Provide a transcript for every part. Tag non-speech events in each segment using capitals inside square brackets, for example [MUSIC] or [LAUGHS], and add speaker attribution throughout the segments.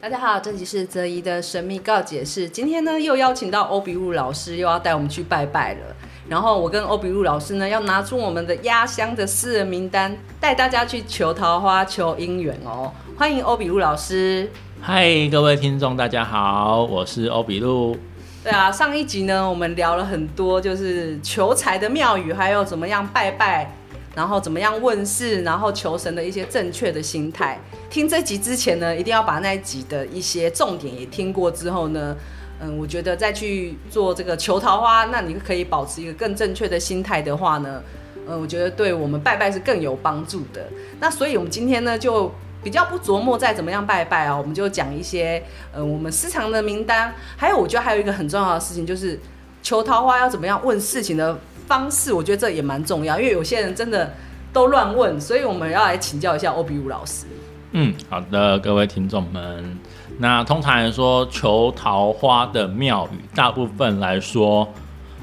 Speaker 1: 大家好，这里是泽怡的神秘告解室。今天呢，又邀请到欧比路老师，又要带我们去拜拜了。然后我跟欧比路老师呢，要拿出我们的压箱的私人名单，带大家去求桃花、求姻缘哦。欢迎欧比路老师。
Speaker 2: 嗨，各位听众，大家好，我是欧比路。
Speaker 1: 对啊，上一集呢，我们聊了很多，就是求财的妙语，还有怎么样拜拜，然后怎么样问世，然后求神的一些正确的心态。听这集之前呢，一定要把那一集的一些重点也听过之后呢，嗯，我觉得再去做这个求桃花，那你可以保持一个更正确的心态的话呢，嗯，我觉得对我们拜拜是更有帮助的。那所以我们今天呢，就比较不琢磨在怎么样拜拜啊，我们就讲一些呃我们私藏的名单，还有我觉得还有一个很重要的事情就是求桃花要怎么样问事情的方式，我觉得这也蛮重要，因为有些人真的都乱问，所以我们要来请教一下欧比武老师。
Speaker 2: 嗯，好的，各位听众们。那通常来说，求桃花的庙宇，大部分来说，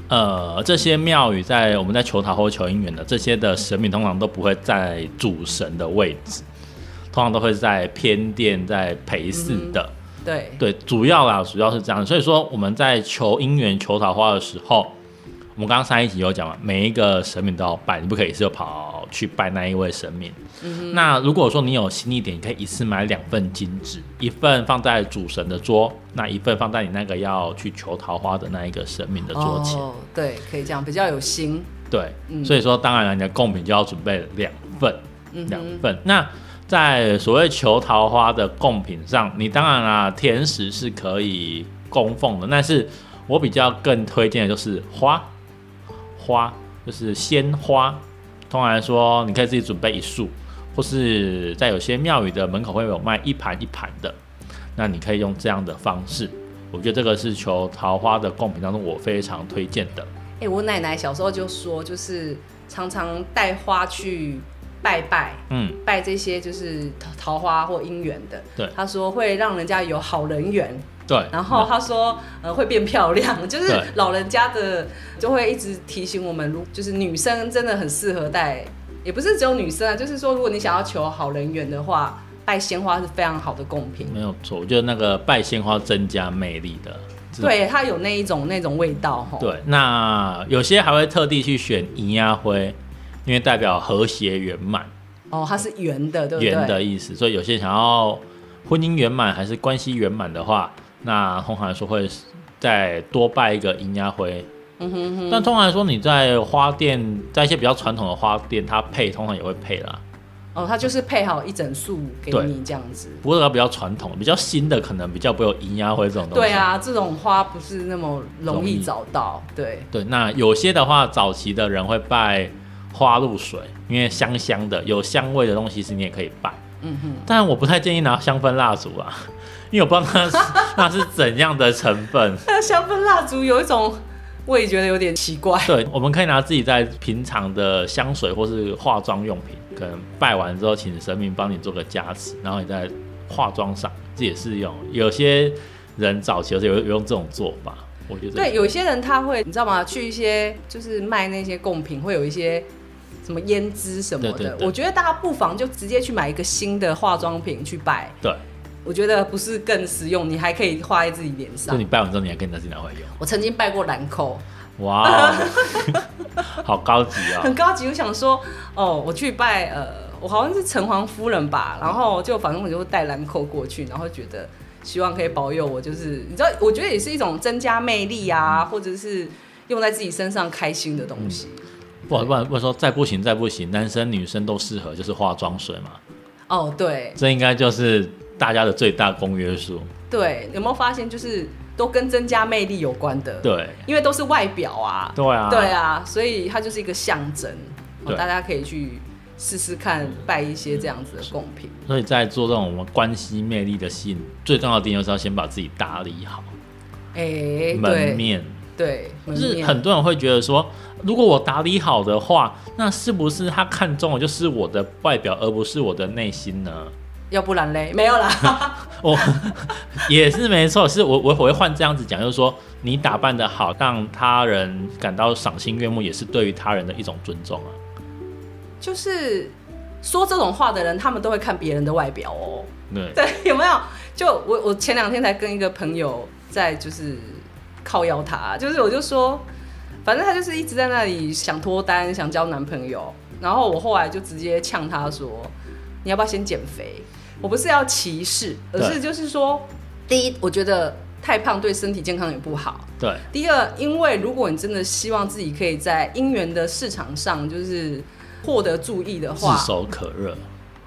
Speaker 2: 呃，这些庙宇在我们在求桃或求姻缘的这些的神明，通常都不会在主神的位置，通常都会在偏殿、在陪祀的。
Speaker 1: 对，
Speaker 2: 对，主要啦，主要是这样。所以说我们在求姻缘、求桃花的时候，我们刚刚上一集有讲嘛，每一个神明都要拜，你不可以是跑去拜那一位神明。那如果说你有心一点，你可以一次买两份金纸，一份放在主神的桌，那一份放在你那个要去求桃花的那一个神明的桌前。
Speaker 1: 哦，对，可以这样，比较有心。
Speaker 2: 对，
Speaker 1: 嗯
Speaker 2: 所以说当然了，你的贡品就要准备两份，
Speaker 1: 嗯
Speaker 2: 两、份。那在所谓求桃花的贡品上，你当然啦，甜食是可以供奉的，但是我比较更推荐的就是花，花就是鲜花。通常来说，你可以自己准备一束，或是在有些庙宇的门口会有卖一盘一盘的，那你可以用这样的方式。我觉得这个是求桃花的贡品当中，我非常推荐的。
Speaker 1: 哎、我奶奶小时候就说，就是常常带花去拜拜，
Speaker 2: 嗯，
Speaker 1: 拜这些就是桃桃花或姻缘的。
Speaker 2: 对
Speaker 1: 她说会让人家有好人缘，
Speaker 2: 对。
Speaker 1: 然后她说呃会变漂亮， [LAUGHS] 就是
Speaker 2: 对
Speaker 1: 老人家的就会一直提醒我们，如就是女生真的很适合带，也不是只有女生啊，就是说如果你想要求好人缘的话，拜鲜花是非常好的贡品。
Speaker 2: 没有错，我觉得那个拜鲜花增加魅力的。是
Speaker 1: 对，它有那一种那种味道哈。吼
Speaker 2: 对，那有些还会特地去选银鸭灰，因为代表和谐圆满，
Speaker 1: 哦，它是圆的，对不对？
Speaker 2: 圆的意思。所以有些想要婚姻圆满还是关系圆满的话，那通常来说会再多拜一个银鸭灰。
Speaker 1: 嗯哼哼。
Speaker 2: 但通常来说，你在花店，在一些比较传统的花店，它配通常也会配啦。
Speaker 1: 哦，它就是配好一整束给
Speaker 2: 对
Speaker 1: 你这样子。
Speaker 2: 不过它比较传统，比较新的可能比较不会有银鸭灰这种东西。
Speaker 1: 对啊，这种花不是那么容
Speaker 2: 容
Speaker 1: 易
Speaker 2: 易
Speaker 1: 找到。对，
Speaker 2: 对，那有些的话，早期的人会拜花露水，因为香香的，有香味的东西是你也可以拜。
Speaker 1: 嗯哼，
Speaker 2: 但我不太建议拿香氛蜡烛啊， [LAUGHS] 因为我不知道那是 [LAUGHS] 那是怎样的成分。
Speaker 1: [LAUGHS] 那香氛蜡烛有一种，我也觉得有点奇怪。
Speaker 2: 对，我们可以拿自己在平常的香水或是化妆用品，可能拜完之后请神明帮你做个加持，然后你在化妆上，这也是用有些人早期有有用这种做法，我觉得
Speaker 1: 对，有些人他会，你知道吗？去一些就是卖那些贡品，会有一些什么胭脂什么的。
Speaker 2: 对对对
Speaker 1: 我觉得大家不妨就直接去买一个新的化妆品去拜，
Speaker 2: 对，
Speaker 1: 我觉得不是更实用，你还可以画在自己脸
Speaker 2: 就
Speaker 1: 上
Speaker 2: 你。拜完之后你还可以拿自己拿回来用。
Speaker 1: 我曾经拜过兰蔻，
Speaker 2: 哇 [LAUGHS] 哦，好高级啊、
Speaker 1: 很高级。我想说，哦，我去拜呃，我好像是城隍夫人吧，
Speaker 2: 嗯
Speaker 1: 然后就反正我就带兰蔻过去，然后觉得希望可以保佑我，就是你知道，我觉得也是一种增加魅力啊，
Speaker 2: 嗯
Speaker 1: 或者是用在自己身上开心的东西。
Speaker 2: 不好不好不好说，再不行再不行，男生女生都适合，就是化妆水嘛，
Speaker 1: 哦，对
Speaker 2: 这应该就是大家的最大公约数。
Speaker 1: 对，有没有发现就是都跟增加魅力有关的？，
Speaker 2: 对，
Speaker 1: 因为都是外表啊，
Speaker 2: 对啊，
Speaker 1: 对啊，所以它就是一个象征，哦
Speaker 2: 对
Speaker 1: 大家可以去试试看拜一些这样子的贡品。
Speaker 2: 所以在做这种我们关系魅力的吸引，最重要的点就是要先把自己打理好，
Speaker 1: 哎、
Speaker 2: 门
Speaker 1: 对
Speaker 2: 面。
Speaker 1: 对，
Speaker 2: 就
Speaker 1: 门
Speaker 2: 是
Speaker 1: 面
Speaker 2: 很多人会觉得说，如果我打理好的话，那是不是他看中的就是我的外表，而不是我的内心呢？
Speaker 1: 要不然嘞，没有啦。 [LAUGHS]
Speaker 2: 我也是没错，是我我我会换这样子讲，就是说你打扮的好，让他人感到赏心悦目，也是对于他人的一种尊重啊。
Speaker 1: 就是说这种话的人，他们都会看别人的外表哦。
Speaker 2: 对，
Speaker 1: 对，有没有？就我我前两天才跟一个朋友在就是靠邀他，就是我就说，反正他就是一直在那里想脱单，想交男朋友。然后我后来就直接呛他说：“你要不要先减肥？”我不是要歧视，而是
Speaker 2: 对
Speaker 1: 就是说，第一，我觉得太胖对身体健康也不好。
Speaker 2: 对，
Speaker 1: 第二，因为如果你真的希望自己可以在姻缘的市场上就是获得注意的
Speaker 2: 炙
Speaker 1: 话，
Speaker 2: 手可热，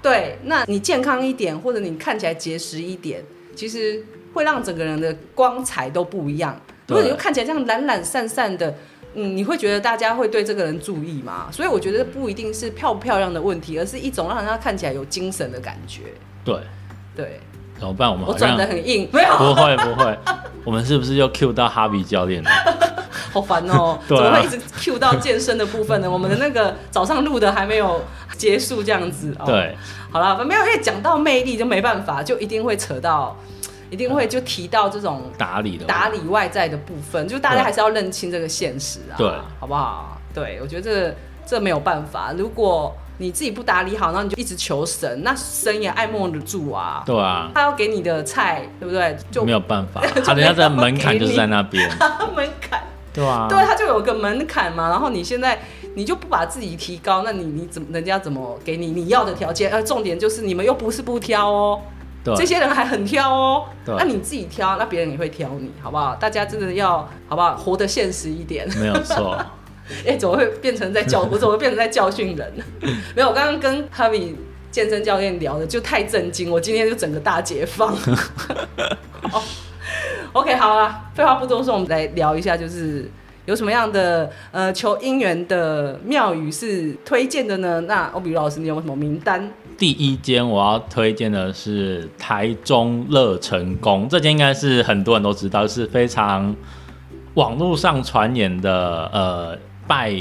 Speaker 1: 对，那你健康一点，或者你看起来节食一点，其实会让整个人的光彩都不一样。如果你
Speaker 2: 对
Speaker 1: 又看起来这样懒懒散散的，嗯，你会觉得大家会对这个人注意吗？所以我觉得不一定是漂不漂亮的问题，而是一种让人家看起来有精神的感觉。
Speaker 2: 对，
Speaker 1: 对
Speaker 2: 怎么办？我们
Speaker 1: 我
Speaker 2: 好
Speaker 1: 转
Speaker 2: 像
Speaker 1: 的很硬，没有，
Speaker 2: 不会不会，我们是不是又 Q 到哈比教练了？
Speaker 1: 好烦哦、
Speaker 2: [LAUGHS] 对
Speaker 1: 怎么
Speaker 2: 啊
Speaker 1: 会一直 Q 到健身的部分
Speaker 2: [LAUGHS]
Speaker 1: 呢？我们的那个早上录的还没有结束，这样子哦。
Speaker 2: 对，
Speaker 1: 好啦，反正没有，因为讲到魅力就没办法，就一定会扯到，一定会就提到这种
Speaker 2: 打理的
Speaker 1: 打理外在的部分，就大家
Speaker 2: 对
Speaker 1: 还是要认清这个现实啊，
Speaker 2: 对，
Speaker 1: 好不好？对，我觉得这个这没有办法，如果你自己不打理好，然后你就一直求神，那神也爱莫得助啊。
Speaker 2: 对啊，
Speaker 1: 他要给你的菜，对不对？就
Speaker 2: 没有办法，他人家的门槛就是在那边，
Speaker 1: [LAUGHS] 他门槛，
Speaker 2: 对啊，
Speaker 1: 对，他就有个门槛嘛。然后你现在你就不把自己提高，那你你怎么人家怎么给你你要的条件？呃，重点就是你们又不是不挑哦，这
Speaker 2: 对
Speaker 1: 些人还很挑哦。
Speaker 2: 对
Speaker 1: 那你自己挑，那别人也会挑你，好不好？大家真的要好不好？活得现实一点。
Speaker 2: 没有错，
Speaker 1: 哎、怎么会变成在教？我怎么会变成在教训
Speaker 2: [LAUGHS]
Speaker 1: 人？没有，我刚刚跟 Harvey 健身教练聊的就太震惊，我今天就整个大解
Speaker 2: [LAUGHS]
Speaker 1: 放。好 OK，好啦，废话不多说，我们来聊一下，就是有什么样的呃求姻缘的妙语是推荐的呢？那欧比如老师，你有没有什么名单？
Speaker 2: 第一间我要推荐的是台中乐成宫，这间应该是很多人都知道，是非常网络上传言的呃拜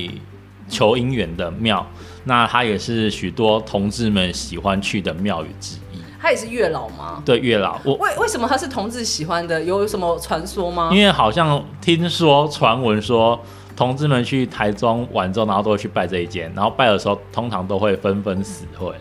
Speaker 2: 求姻缘的庙。那它也是许多同志们喜欢去的庙宇之一。
Speaker 1: 他也是月老吗？
Speaker 2: 对月老，我
Speaker 1: 为为什么他是同志喜欢的？有有什么传说吗？
Speaker 2: 因为好像听说传闻说，同志们去台中玩之后，然后都会去拜这一间，然后拜的时候通常都会纷纷死会。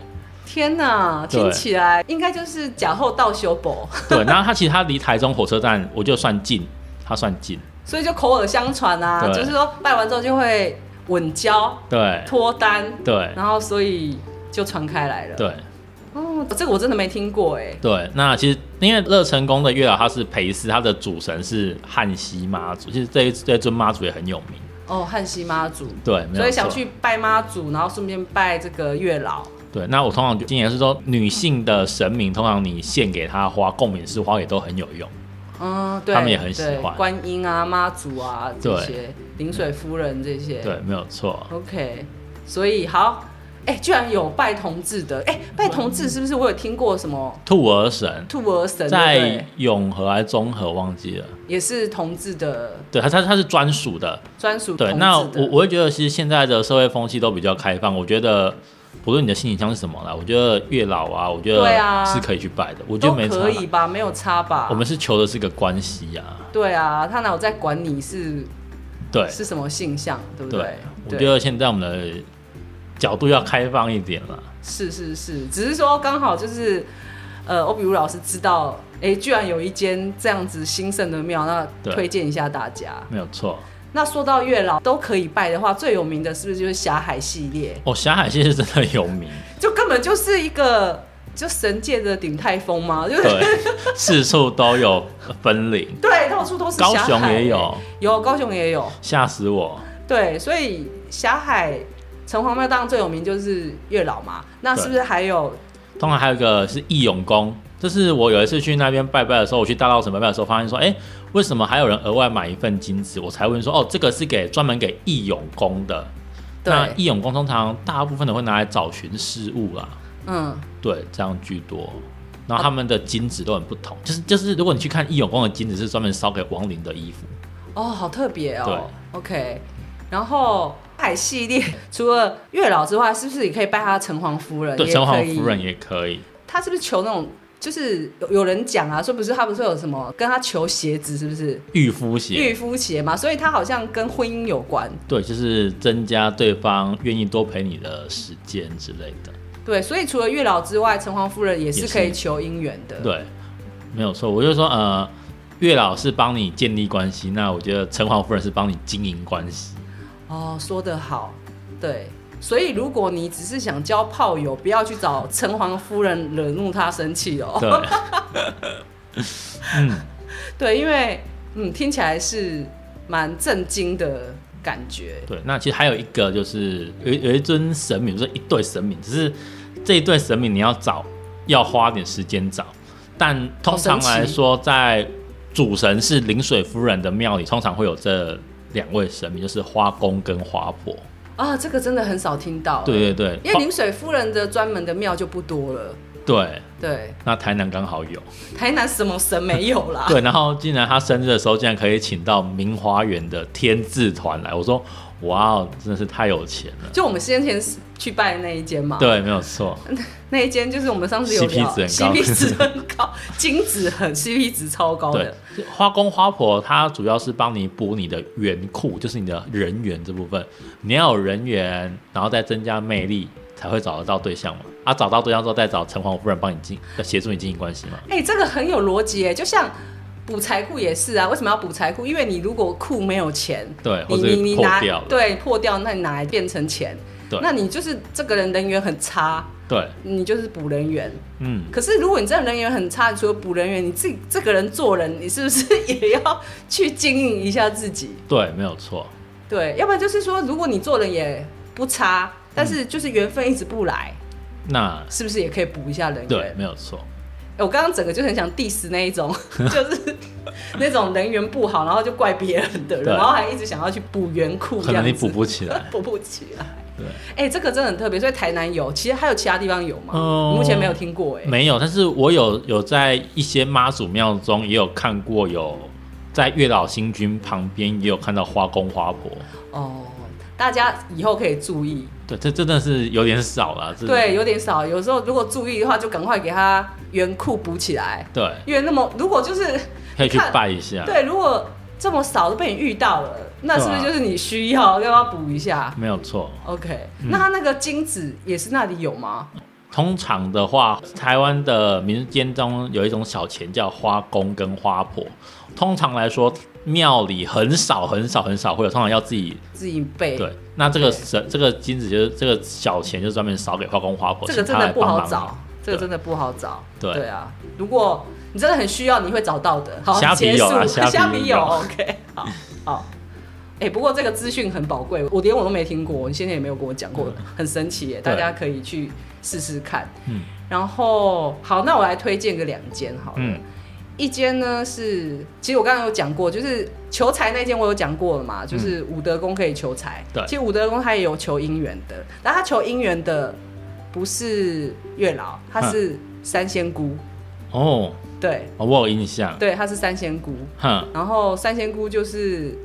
Speaker 1: 天哪，听
Speaker 2: 对
Speaker 1: 起来应该就是假后道修补。
Speaker 2: 对，然后它其实它离台中火车站我就算近，它算近。
Speaker 1: 所以就口耳相传啊，
Speaker 2: 对
Speaker 1: 就是说拜完之后就会稳交
Speaker 2: 对
Speaker 1: 脱单，
Speaker 2: 对
Speaker 1: 然后所以就传开来了。，
Speaker 2: 对
Speaker 1: 哦，这个我真的没听过哎、
Speaker 2: 对，那其实因为乐成宫的月老他是陪祀，他的主神是汉西妈祖，其实这一这尊妈祖也很有名。
Speaker 1: 哦，汉西妈祖，
Speaker 2: 对，没有
Speaker 1: 所以想
Speaker 2: 错
Speaker 1: 去拜妈祖，然后顺便拜这个月老。
Speaker 2: 对，那我通常今年是说女性的神明，通常你献给她花，贡品式花也都很有用。
Speaker 1: 嗯，对，
Speaker 2: 他们也很喜
Speaker 1: 对
Speaker 2: 欢
Speaker 1: 观音啊、妈祖啊这
Speaker 2: 对
Speaker 1: 些，临水夫人这些。
Speaker 2: 对，没有错。
Speaker 1: ，OK，所以好，哎、居然有拜同志的，哎、拜同志是不是我有听过什么
Speaker 2: 兔儿神
Speaker 1: 兔儿神？对不
Speaker 2: 在
Speaker 1: 对
Speaker 2: 永和还是中和忘记了，
Speaker 1: 也是同志的
Speaker 2: 对，它它它是专属的。
Speaker 1: 专属同
Speaker 2: 对，
Speaker 1: 志
Speaker 2: 那
Speaker 1: 的。
Speaker 2: 我我会觉得，其实现在的社会风气都比较开放，我觉得。不论你的性倾向是什么啦，我觉得月老啊，我觉
Speaker 1: 对啊
Speaker 2: 得是可以去拜的，我觉
Speaker 1: 都
Speaker 2: 得没差啦
Speaker 1: 可。以吧，没有差吧？
Speaker 2: 我们是求的是个关系呀、啊，
Speaker 1: 对啊，他哪有在管你是
Speaker 2: 对
Speaker 1: 是什么性向，对不对？
Speaker 2: 我觉得现在我们的角度要开放一点了。
Speaker 1: 是是是，只是说刚好就是呃，欧比如老师知道，哎，居然有一间这样子兴盛的庙，那
Speaker 2: 对
Speaker 1: 推荐一下大家。
Speaker 2: 没有错。
Speaker 1: 那说到月老都可以拜的话，最有名的是不是就是霞海系列？
Speaker 2: 哦，霞海蟹是真的有
Speaker 1: [LAUGHS]
Speaker 2: 名，
Speaker 1: 就根本就是一个就神界的鼎泰丰嘛，就是
Speaker 2: 对，四处都有分灵，
Speaker 1: [LAUGHS] 对，到处都是
Speaker 2: 高
Speaker 1: 霞海。欸
Speaker 2: 雄也有，
Speaker 1: 有高雄也有。
Speaker 2: 吓死我。
Speaker 1: 对，所以霞海城隍庙当然最有名就是月老嘛，那是不是还有
Speaker 2: 通常还有一个是义勇宫，就是我有一次去那边拜拜的时候，我去大稻城拜拜的时候，发现说，哎、为什么还有人额外买一份金子？我才问说，哦，这个是给专门给义勇宫的。
Speaker 1: 对
Speaker 2: 那义勇宫通常大部分的会拿来找寻事物啦，
Speaker 1: 嗯
Speaker 2: 对，这样居多。然
Speaker 1: 啊
Speaker 2: 后他们的金子都很不同，就是就是，如果你去看义勇宫的金子是专门烧给亡灵的衣服，
Speaker 1: 哦，好特别哦。OK，然后海系列除了月老之外，是不是也可以拜他城隍夫人？
Speaker 2: 对，
Speaker 1: 呃也
Speaker 2: 城
Speaker 1: 可
Speaker 2: 隍
Speaker 1: 以
Speaker 2: 夫人，也可以。
Speaker 1: 他是不是求那种？就是有有人讲啊，说不是他不是有什么跟他求鞋子是不是
Speaker 2: 御夫鞋，
Speaker 1: 御夫鞋嘛？所以他好像跟婚姻有关
Speaker 2: 对，就是增加对方愿意多陪你的时间之类的。
Speaker 1: 对，所以除了月老之外，城隍夫人也是
Speaker 2: 也是
Speaker 1: 可以求姻缘的。
Speaker 2: 对，没有错。我就说，呃，月老是帮你建立关系，那我觉得城隍夫人是帮你经营关系。
Speaker 1: 哦，说得好，对。所以如果你只是想交炮友，不要去找城隍夫人惹怒她生气哦。
Speaker 2: 对， [LAUGHS]
Speaker 1: 对，因为嗯，听起来是蛮震惊的感觉。
Speaker 2: 对。那其实还有一个就是有有一尊神明，就是一对神明，只是这一对神明你要找要花点时间找，但通常
Speaker 1: 好神
Speaker 2: 来
Speaker 1: 奇
Speaker 2: 说，在主神是临水夫人的庙里，通常会有这两位神明，就是花公跟花婆。
Speaker 1: 啊，这个真的很少听到。
Speaker 2: 对对对，
Speaker 1: 因为临水夫人的专门的庙就不多了，
Speaker 2: 对，
Speaker 1: 对，
Speaker 2: 那台南刚好有。
Speaker 1: 台南什么神没有啦
Speaker 2: [LAUGHS] 。对，然后竟然他生日的时候，竟然可以请到明花园的天字团来，我说哇哦，真的是太有钱了。
Speaker 1: 就我们先前去拜的那一间嘛，，
Speaker 2: 对，没有错，
Speaker 1: 那一间就是我们上次有聊
Speaker 2: CP 值
Speaker 1: CP 值
Speaker 2: 很高
Speaker 1: 很高，金值很 CP 值超高
Speaker 2: 对
Speaker 1: 的，，
Speaker 2: 花公花婆她主要是帮你补你的缘库，就是你的人缘这部分，你要有人缘，然后再增加魅力，才会找得到对象嘛。啊，找到对象之后，再找城隍夫人帮你经，协助你经营关系嘛。
Speaker 1: 哎、这个很有逻辑哎，就像补财库也是啊，为什么要补财库？因为你如果库没有钱，
Speaker 2: 对，或
Speaker 1: 你
Speaker 2: 者
Speaker 1: 你你
Speaker 2: 破
Speaker 1: 拿
Speaker 2: 掉了，
Speaker 1: 对破掉，那你拿来变成钱，
Speaker 2: 对
Speaker 1: 那你就是这个人人缘很差，
Speaker 2: 对，
Speaker 1: 你就是补人缘。
Speaker 2: 嗯，
Speaker 1: 可是如果你真的人缘很差，除了补人缘，你自己这个人做人，你是不 [LAUGHS] 是也要去经营一下自己？
Speaker 2: 对，没有错，
Speaker 1: 对，要不然就是说，如果你做人也不差，但是就是缘分一直不来，
Speaker 2: 那
Speaker 1: 是不是也可以补一下人缘？
Speaker 2: 对，没有错，
Speaker 1: 哎我刚刚整个就很想 diss 那一种， [LAUGHS] 就是那种人缘不好，然后就怪别人的人，
Speaker 2: 对
Speaker 1: 然后还一直想要去补缘故，
Speaker 2: 可能你补不起来。
Speaker 1: [LAUGHS] 补不起来。
Speaker 2: 对，
Speaker 1: 哎、这个真的很特别，所以台南有，其实还有其他地方有吗？
Speaker 2: 哦
Speaker 1: 目前没有听过哎、
Speaker 2: 没有，但是我有有在一些妈祖庙中也有看过有。在月老星君旁边也有看到花公花婆，
Speaker 1: 哦，大家以后可以注意，
Speaker 2: 对，这这真的是有点少了，这
Speaker 1: 对，有点少。有时候如果注意的话，就赶快给他原库补起来，
Speaker 2: 对，
Speaker 1: 因为那么如果就是
Speaker 2: 可以去
Speaker 1: 看
Speaker 2: 拜一下，
Speaker 1: 对，如果这么少都被你遇到了，那是不是
Speaker 2: 对
Speaker 1: 就
Speaker 2: 啊
Speaker 1: 是你需要要不要补一下
Speaker 2: 没有错。
Speaker 1: ？OK，、那
Speaker 2: 嗯
Speaker 1: 他那个金子也是那里有吗？
Speaker 2: 通常的话，台湾的民间中有一种小钱叫花公跟花婆，通常来说庙里很少很少很少会有，通常要自己
Speaker 1: 自己背，
Speaker 2: 对。那这个
Speaker 1: 对
Speaker 2: 神这个金子就是这个小钱就是专门少给花公花婆，
Speaker 1: 这个
Speaker 2: 请
Speaker 1: 真
Speaker 2: 她
Speaker 1: 的
Speaker 2: 来
Speaker 1: 不好
Speaker 2: 帮忙
Speaker 1: 找，这个
Speaker 2: 对
Speaker 1: 真的不好找。
Speaker 2: 对
Speaker 1: 啊，如果你真的很需要，你会找到的。好，
Speaker 2: 虾
Speaker 1: 结
Speaker 2: 皮
Speaker 1: 束
Speaker 2: 有啊虾皮
Speaker 1: 虾皮有
Speaker 2: 有
Speaker 1: ，OK，好，好。哎、不过这个资讯很宝贵，我连我都没听过，你先前也没有跟我讲过，很神奇耶，大
Speaker 2: 对
Speaker 1: 家可以去试试看。
Speaker 2: 嗯
Speaker 1: 然后，好，那我来推荐个两间好了。
Speaker 2: 嗯
Speaker 1: 一间呢是，其实我刚刚有讲过，就是求财那间我有讲过了嘛，就是武德宫可以求财。
Speaker 2: 对
Speaker 1: 其实武德宫它也有求姻缘的，但它求姻缘的不是月老，它是三仙姑。
Speaker 2: 哦，
Speaker 1: 对
Speaker 2: 哦我有印象，
Speaker 1: 对，它是三仙姑。
Speaker 2: 哼。
Speaker 1: 然后三仙姑就是，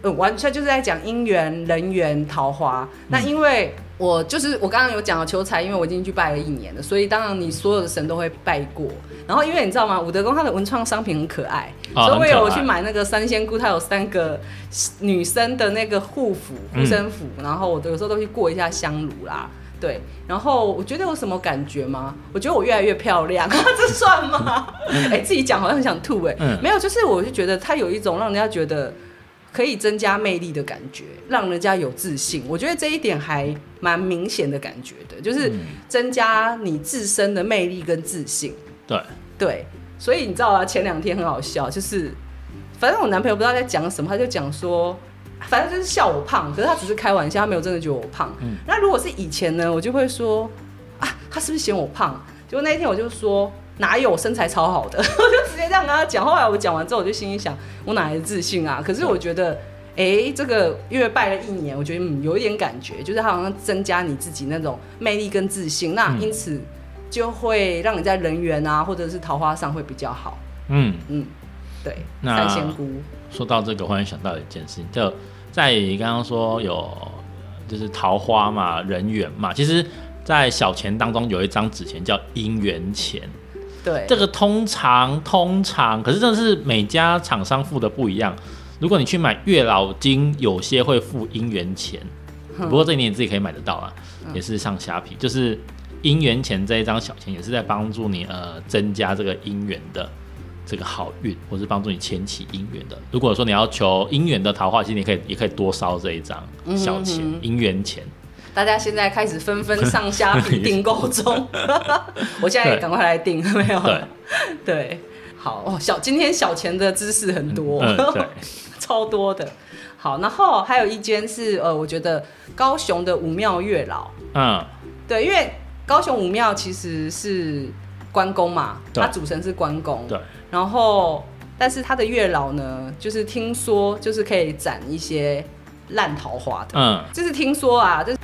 Speaker 1: 呃，完全就是在讲姻缘、人缘、桃花。
Speaker 2: 嗯
Speaker 1: 那因为我就是我刚刚有讲了求财，因为我已经去拜了一年了，所以当然你所有的神都会拜过。然后因为你知道吗，武德宫它的文创商品很可爱，
Speaker 2: 哦
Speaker 1: 所以我有
Speaker 2: 很可爱
Speaker 1: 去买那个三仙姑，它有三个女生的那个护符、护身符，然后我有时候都去过一下香炉啦。对，然后我觉得有什么感觉吗？我觉得我越来越漂亮， [LAUGHS] 这算吗？哎、自己讲好像很想吐哎、
Speaker 2: 嗯
Speaker 1: 没有，就是我就觉得它有一种让人家觉得可以增加魅力的感觉，让人家有自信。我觉得这一点还蛮明显的感觉的，就是增加你自身的魅力跟自信。
Speaker 2: 对，
Speaker 1: 对，所以你知道啊，前两天很好笑，就是反正我男朋友不知道在讲什么，他就讲说，啊反正就是笑我胖，可是他只是开玩笑，他没有真的觉得我胖。那如果是以前呢，我就会说啊，他是不是嫌我胖？结果那一天我就说。哪有我身材超好的？ [LAUGHS] 我就直接这样跟他讲。后来我讲完之后，我就心里想，我哪来的自信啊？可是我觉得，哎、这个因为拜了一年，我觉得嗯有一点感觉，就是它好像增加你自己那种魅力跟自信。那因此就会让你在人缘啊，或者是桃花上会比较好。
Speaker 2: 嗯，
Speaker 1: 嗯，对，
Speaker 2: 那
Speaker 1: 三仙姑，
Speaker 2: 说到这个，忽然想到一件事情，就在于刚刚说有就是桃花嘛、人缘嘛，其实，在小钱当中有一张纸钱叫姻缘钱，
Speaker 1: 对，
Speaker 2: 这个通常通常，可是这是每家厂商付的不一样。如果你去买月老金，有
Speaker 1: 嗯
Speaker 2: 些会付姻缘钱，不过这一年你自己可以买得到啊，也是上虾皮，就是姻缘钱这一张小钱也是在帮助你呃增加这个姻缘的这个好运，或是帮助你牵起姻缘的。如果说你要求姻缘的桃花，其实你可以也可以多烧这一张小钱
Speaker 1: 嗯哼
Speaker 2: 姻
Speaker 1: [LAUGHS]
Speaker 2: 缘钱。
Speaker 1: 大家现在开始纷纷上虾皮订购
Speaker 2: [LAUGHS]
Speaker 1: 中，我现在也赶快来订，没有？
Speaker 2: 对，
Speaker 1: 对，好哦，小今天小钱的知识很多，
Speaker 2: 嗯，对，
Speaker 1: [LAUGHS] 超多的。好，然后还有一间是呃，我觉得高雄的武庙月老，
Speaker 2: 嗯，
Speaker 1: 对，因为高雄武庙其实是关公嘛，
Speaker 2: 对
Speaker 1: 他主神是关公，
Speaker 2: 对，
Speaker 1: 然后但是他的月老呢，就是听说就是可以斩一些烂桃花的，
Speaker 2: 嗯，
Speaker 1: 就是听说啊，就是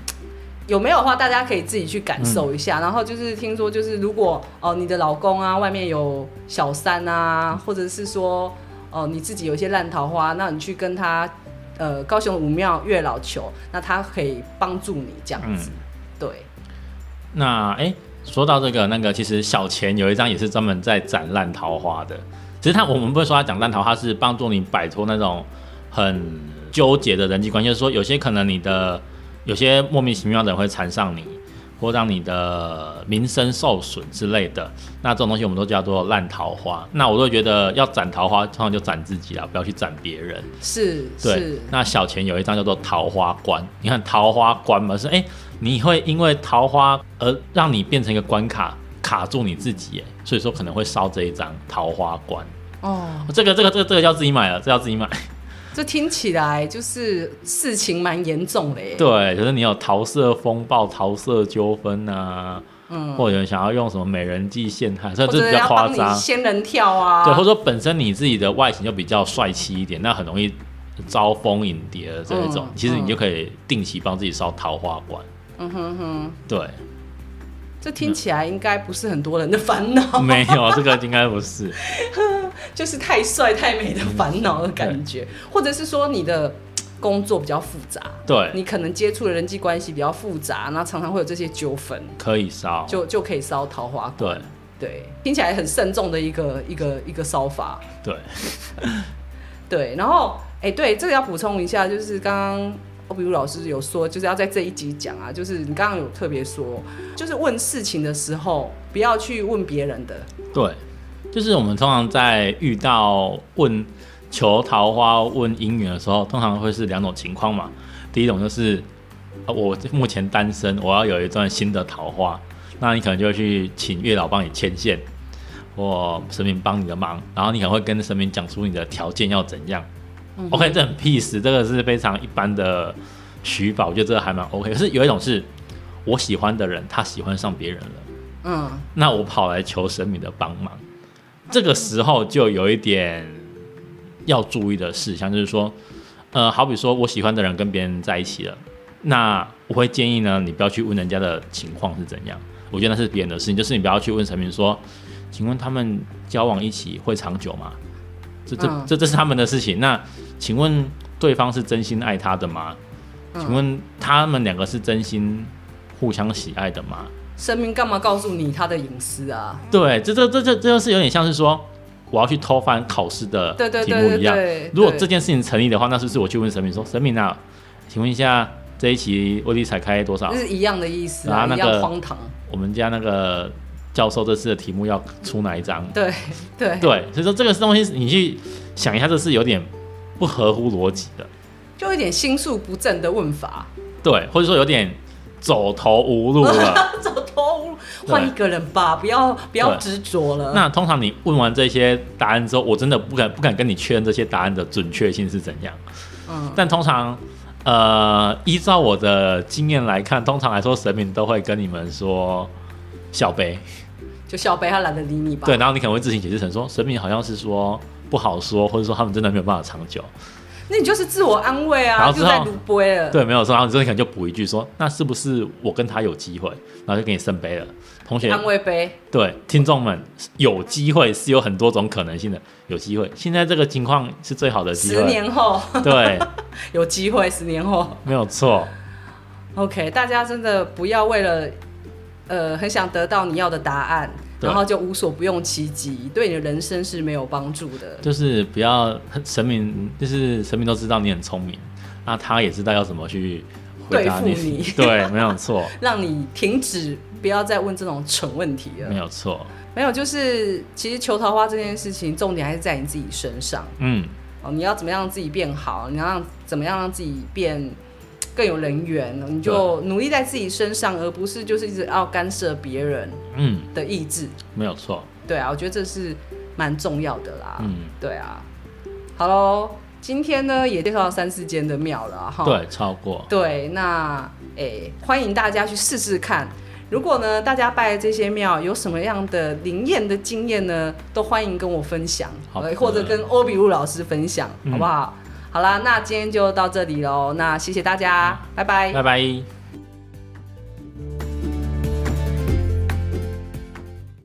Speaker 1: 有没有的话，大家可以自己去感受一下。然后就是听说，就是如果哦、你的老公啊外面有小三啊，或者是说哦、你自己有一些烂桃花，那你去跟他呃高雄武庙月老求，那他可以帮助你这样子。对，
Speaker 2: 那哎、诶说到这个，那个其实小钱有一张也是专门在斩烂桃花的，只是他我们不会说他讲烂桃花，是帮助你摆脱那种很纠结的人际关系，就是说有些可能你的有些莫名其妙的人会缠上你。或让你的名声受损之类的，那这种东西我们都叫做烂桃花。那我都会觉得要斩桃花，通常就斩自己啦，不要去斩别人。
Speaker 1: 是
Speaker 2: 对
Speaker 1: 是，，
Speaker 2: 那小钱有一张叫做桃花关，你看桃花关嘛，是哎、你会因为桃花而让你变成一个关卡，卡住你自己，哎，所以说可能会烧这一张桃花关。
Speaker 1: 哦，
Speaker 2: 这个这个这个这个要自己买了，这要自己买。
Speaker 1: 这听起来就是事情蛮严重的耶。
Speaker 2: [LAUGHS] 对，可是你有桃色风暴、桃色纠纷呐，
Speaker 1: 嗯，
Speaker 2: 或者有人想要用什么美人计陷害，所以
Speaker 1: 或
Speaker 2: 这
Speaker 1: 者
Speaker 2: 比较
Speaker 1: 要
Speaker 2: 夸
Speaker 1: 帮你
Speaker 2: 张。
Speaker 1: 仙人跳啊，
Speaker 2: 对，或者说本身你自己的外形就比较帅气一点，那很容易招蜂引蝶的这一种，
Speaker 1: 嗯
Speaker 2: 其实你
Speaker 1: 嗯
Speaker 2: 就可以定期帮自己烧桃花关。
Speaker 1: 嗯哼哼，
Speaker 2: 对。
Speaker 1: 这听起来应该不是很多人的烦恼。
Speaker 2: 没有，这个应该不是。
Speaker 1: [LAUGHS] 就是太帅太美的烦恼的感觉，
Speaker 2: [LAUGHS]
Speaker 1: 或者是说你的工作比较复杂，
Speaker 2: 对，
Speaker 1: 你可能接触的人际关系比较复杂，那常常会有这些纠纷，
Speaker 2: 可以烧。
Speaker 1: 就就可以烧桃花。
Speaker 2: 对
Speaker 1: 对，听起来很慎重的一个一个一个烧法。
Speaker 2: 对，
Speaker 1: 对，然后哎、对，这个要补充一下，就是刚刚欧比如老师有说，就是要在这一集讲啊，就是你刚刚有特别说，就是问事情的时候不要去问别人的，
Speaker 2: 对，就是我们通常在遇到问求桃花、问姻缘的时候，通常会是两种情况嘛。第一种就是、呃我目前单身，我要有一段新的桃花，那你可能就会去请月老帮你牵线，或神明帮你的忙，然后你可能会跟神明讲出你的条件要怎样。OK，这很 peace，这个是非常一般的许吧，我觉得这个还蛮 OK。可是有一种是我喜欢的人，他喜欢上别人了。
Speaker 1: 嗯，
Speaker 2: 那我跑来求神明的帮忙，这个时候就有一点要注意的事项，就是说，呃，好比说我喜欢的人跟别人在一起了，那我会建议呢，你不要去问人家的情况是怎样，我觉得那是别人的事情，就是你不要去问神明说，请问他们交往一起会长久吗？这这
Speaker 1: 嗯
Speaker 2: 这这是他们的事情，那请问对方是真心爱他的吗？
Speaker 1: 嗯
Speaker 2: 请问他们两个是真心互相喜爱的吗？
Speaker 1: 神明干嘛告诉你他的隐私啊？
Speaker 2: 对，这这这这这就是有点像是说，我要去偷翻考试的
Speaker 1: 对对
Speaker 2: 题
Speaker 1: 对
Speaker 2: 目
Speaker 1: 对
Speaker 2: 一样。
Speaker 1: 对，
Speaker 2: 如果
Speaker 1: 对
Speaker 2: 这件事情成立的话，那是不是我去问神明说，神明啊，请问一下这一期威力彩开多少
Speaker 1: 这？是一样的意思
Speaker 2: 然
Speaker 1: 啊，
Speaker 2: 后那
Speaker 1: 一
Speaker 2: 个
Speaker 1: 样荒唐。
Speaker 2: 我们家那个教授这次的题目要出哪一张？
Speaker 1: 对对，
Speaker 2: 对，所以说这个东西你去想一下，这是有点不合乎逻辑的，
Speaker 1: 就有点心术不正的问法，
Speaker 2: 对，或者说有点走投无路了。
Speaker 1: [LAUGHS] 走投无路，
Speaker 2: 对
Speaker 1: 换一个人吧，不要不要
Speaker 2: 对
Speaker 1: 执着了。
Speaker 2: 那通常你问完这些答案之后，我真的不敢不敢跟你确认这些答案的准确性是怎样。
Speaker 1: 嗯，
Speaker 2: 但通常，呃，依照我的经验来看，通常来说，神明都会跟你们说小杯，
Speaker 1: 就小北他懒得理你吧。
Speaker 2: 对，，然后你可能会自行解释成说，神明好像是说不好说，或者说他们真的没有办法长久，
Speaker 1: 那你就是自我安慰
Speaker 2: 然
Speaker 1: 啊，
Speaker 2: 后之
Speaker 1: 就
Speaker 2: 后
Speaker 1: 在读杯了。
Speaker 2: 对，没有说，然后你真的可能就补一句说，那是不是我跟他有机会，然后就给你圣杯了。同学，
Speaker 1: 安慰杯，
Speaker 2: 对听众们，有机会是有很多种可能性的，有机会，现在这个情况是最好的机
Speaker 1: 十
Speaker 2: 会，
Speaker 1: 年后 [LAUGHS]
Speaker 2: 对，
Speaker 1: 有机会，十年后
Speaker 2: 没有错，
Speaker 1: ，OK，大家真的不要为了呃很想得到你要的答案，
Speaker 2: 对
Speaker 1: 然后就无所不用其极，对你的人生是没有帮助的。
Speaker 2: 就是不要神明，就是神明都知道你很聪明，那他也知道要怎么去回答
Speaker 1: 对付你
Speaker 2: [LAUGHS] 对，没有错，
Speaker 1: [LAUGHS] 让你停止，不要再问这种蠢问题了
Speaker 2: 没。有错，
Speaker 1: 没有，就是其实求桃花这件事情，重点还是在你自己身上
Speaker 2: 嗯，
Speaker 1: 哦。你要怎么样让自己变好？你要让怎么样让自己变更有人缘？你就努力在自己身上，而不是就是一直要干涉别人
Speaker 2: 嗯，
Speaker 1: 的意志。
Speaker 2: 没有错，
Speaker 1: 对啊，我觉得这是蛮重要的啦。
Speaker 2: 嗯，
Speaker 1: 对啊，好喽，今天呢也介绍到三四间的庙了啊哈。
Speaker 2: 对，超过，
Speaker 1: 对，那诶、欢迎大家去试试看。如果呢，大家拜这些庙有什么样的灵验的经验呢，都欢迎跟我分享，
Speaker 2: 好
Speaker 1: 呃
Speaker 2: 的
Speaker 1: 或者跟欧比路老师分享，
Speaker 2: 嗯嗯
Speaker 1: 好不好？好啦，那今天就到这里喽，那谢谢大家，拜拜
Speaker 2: 拜拜。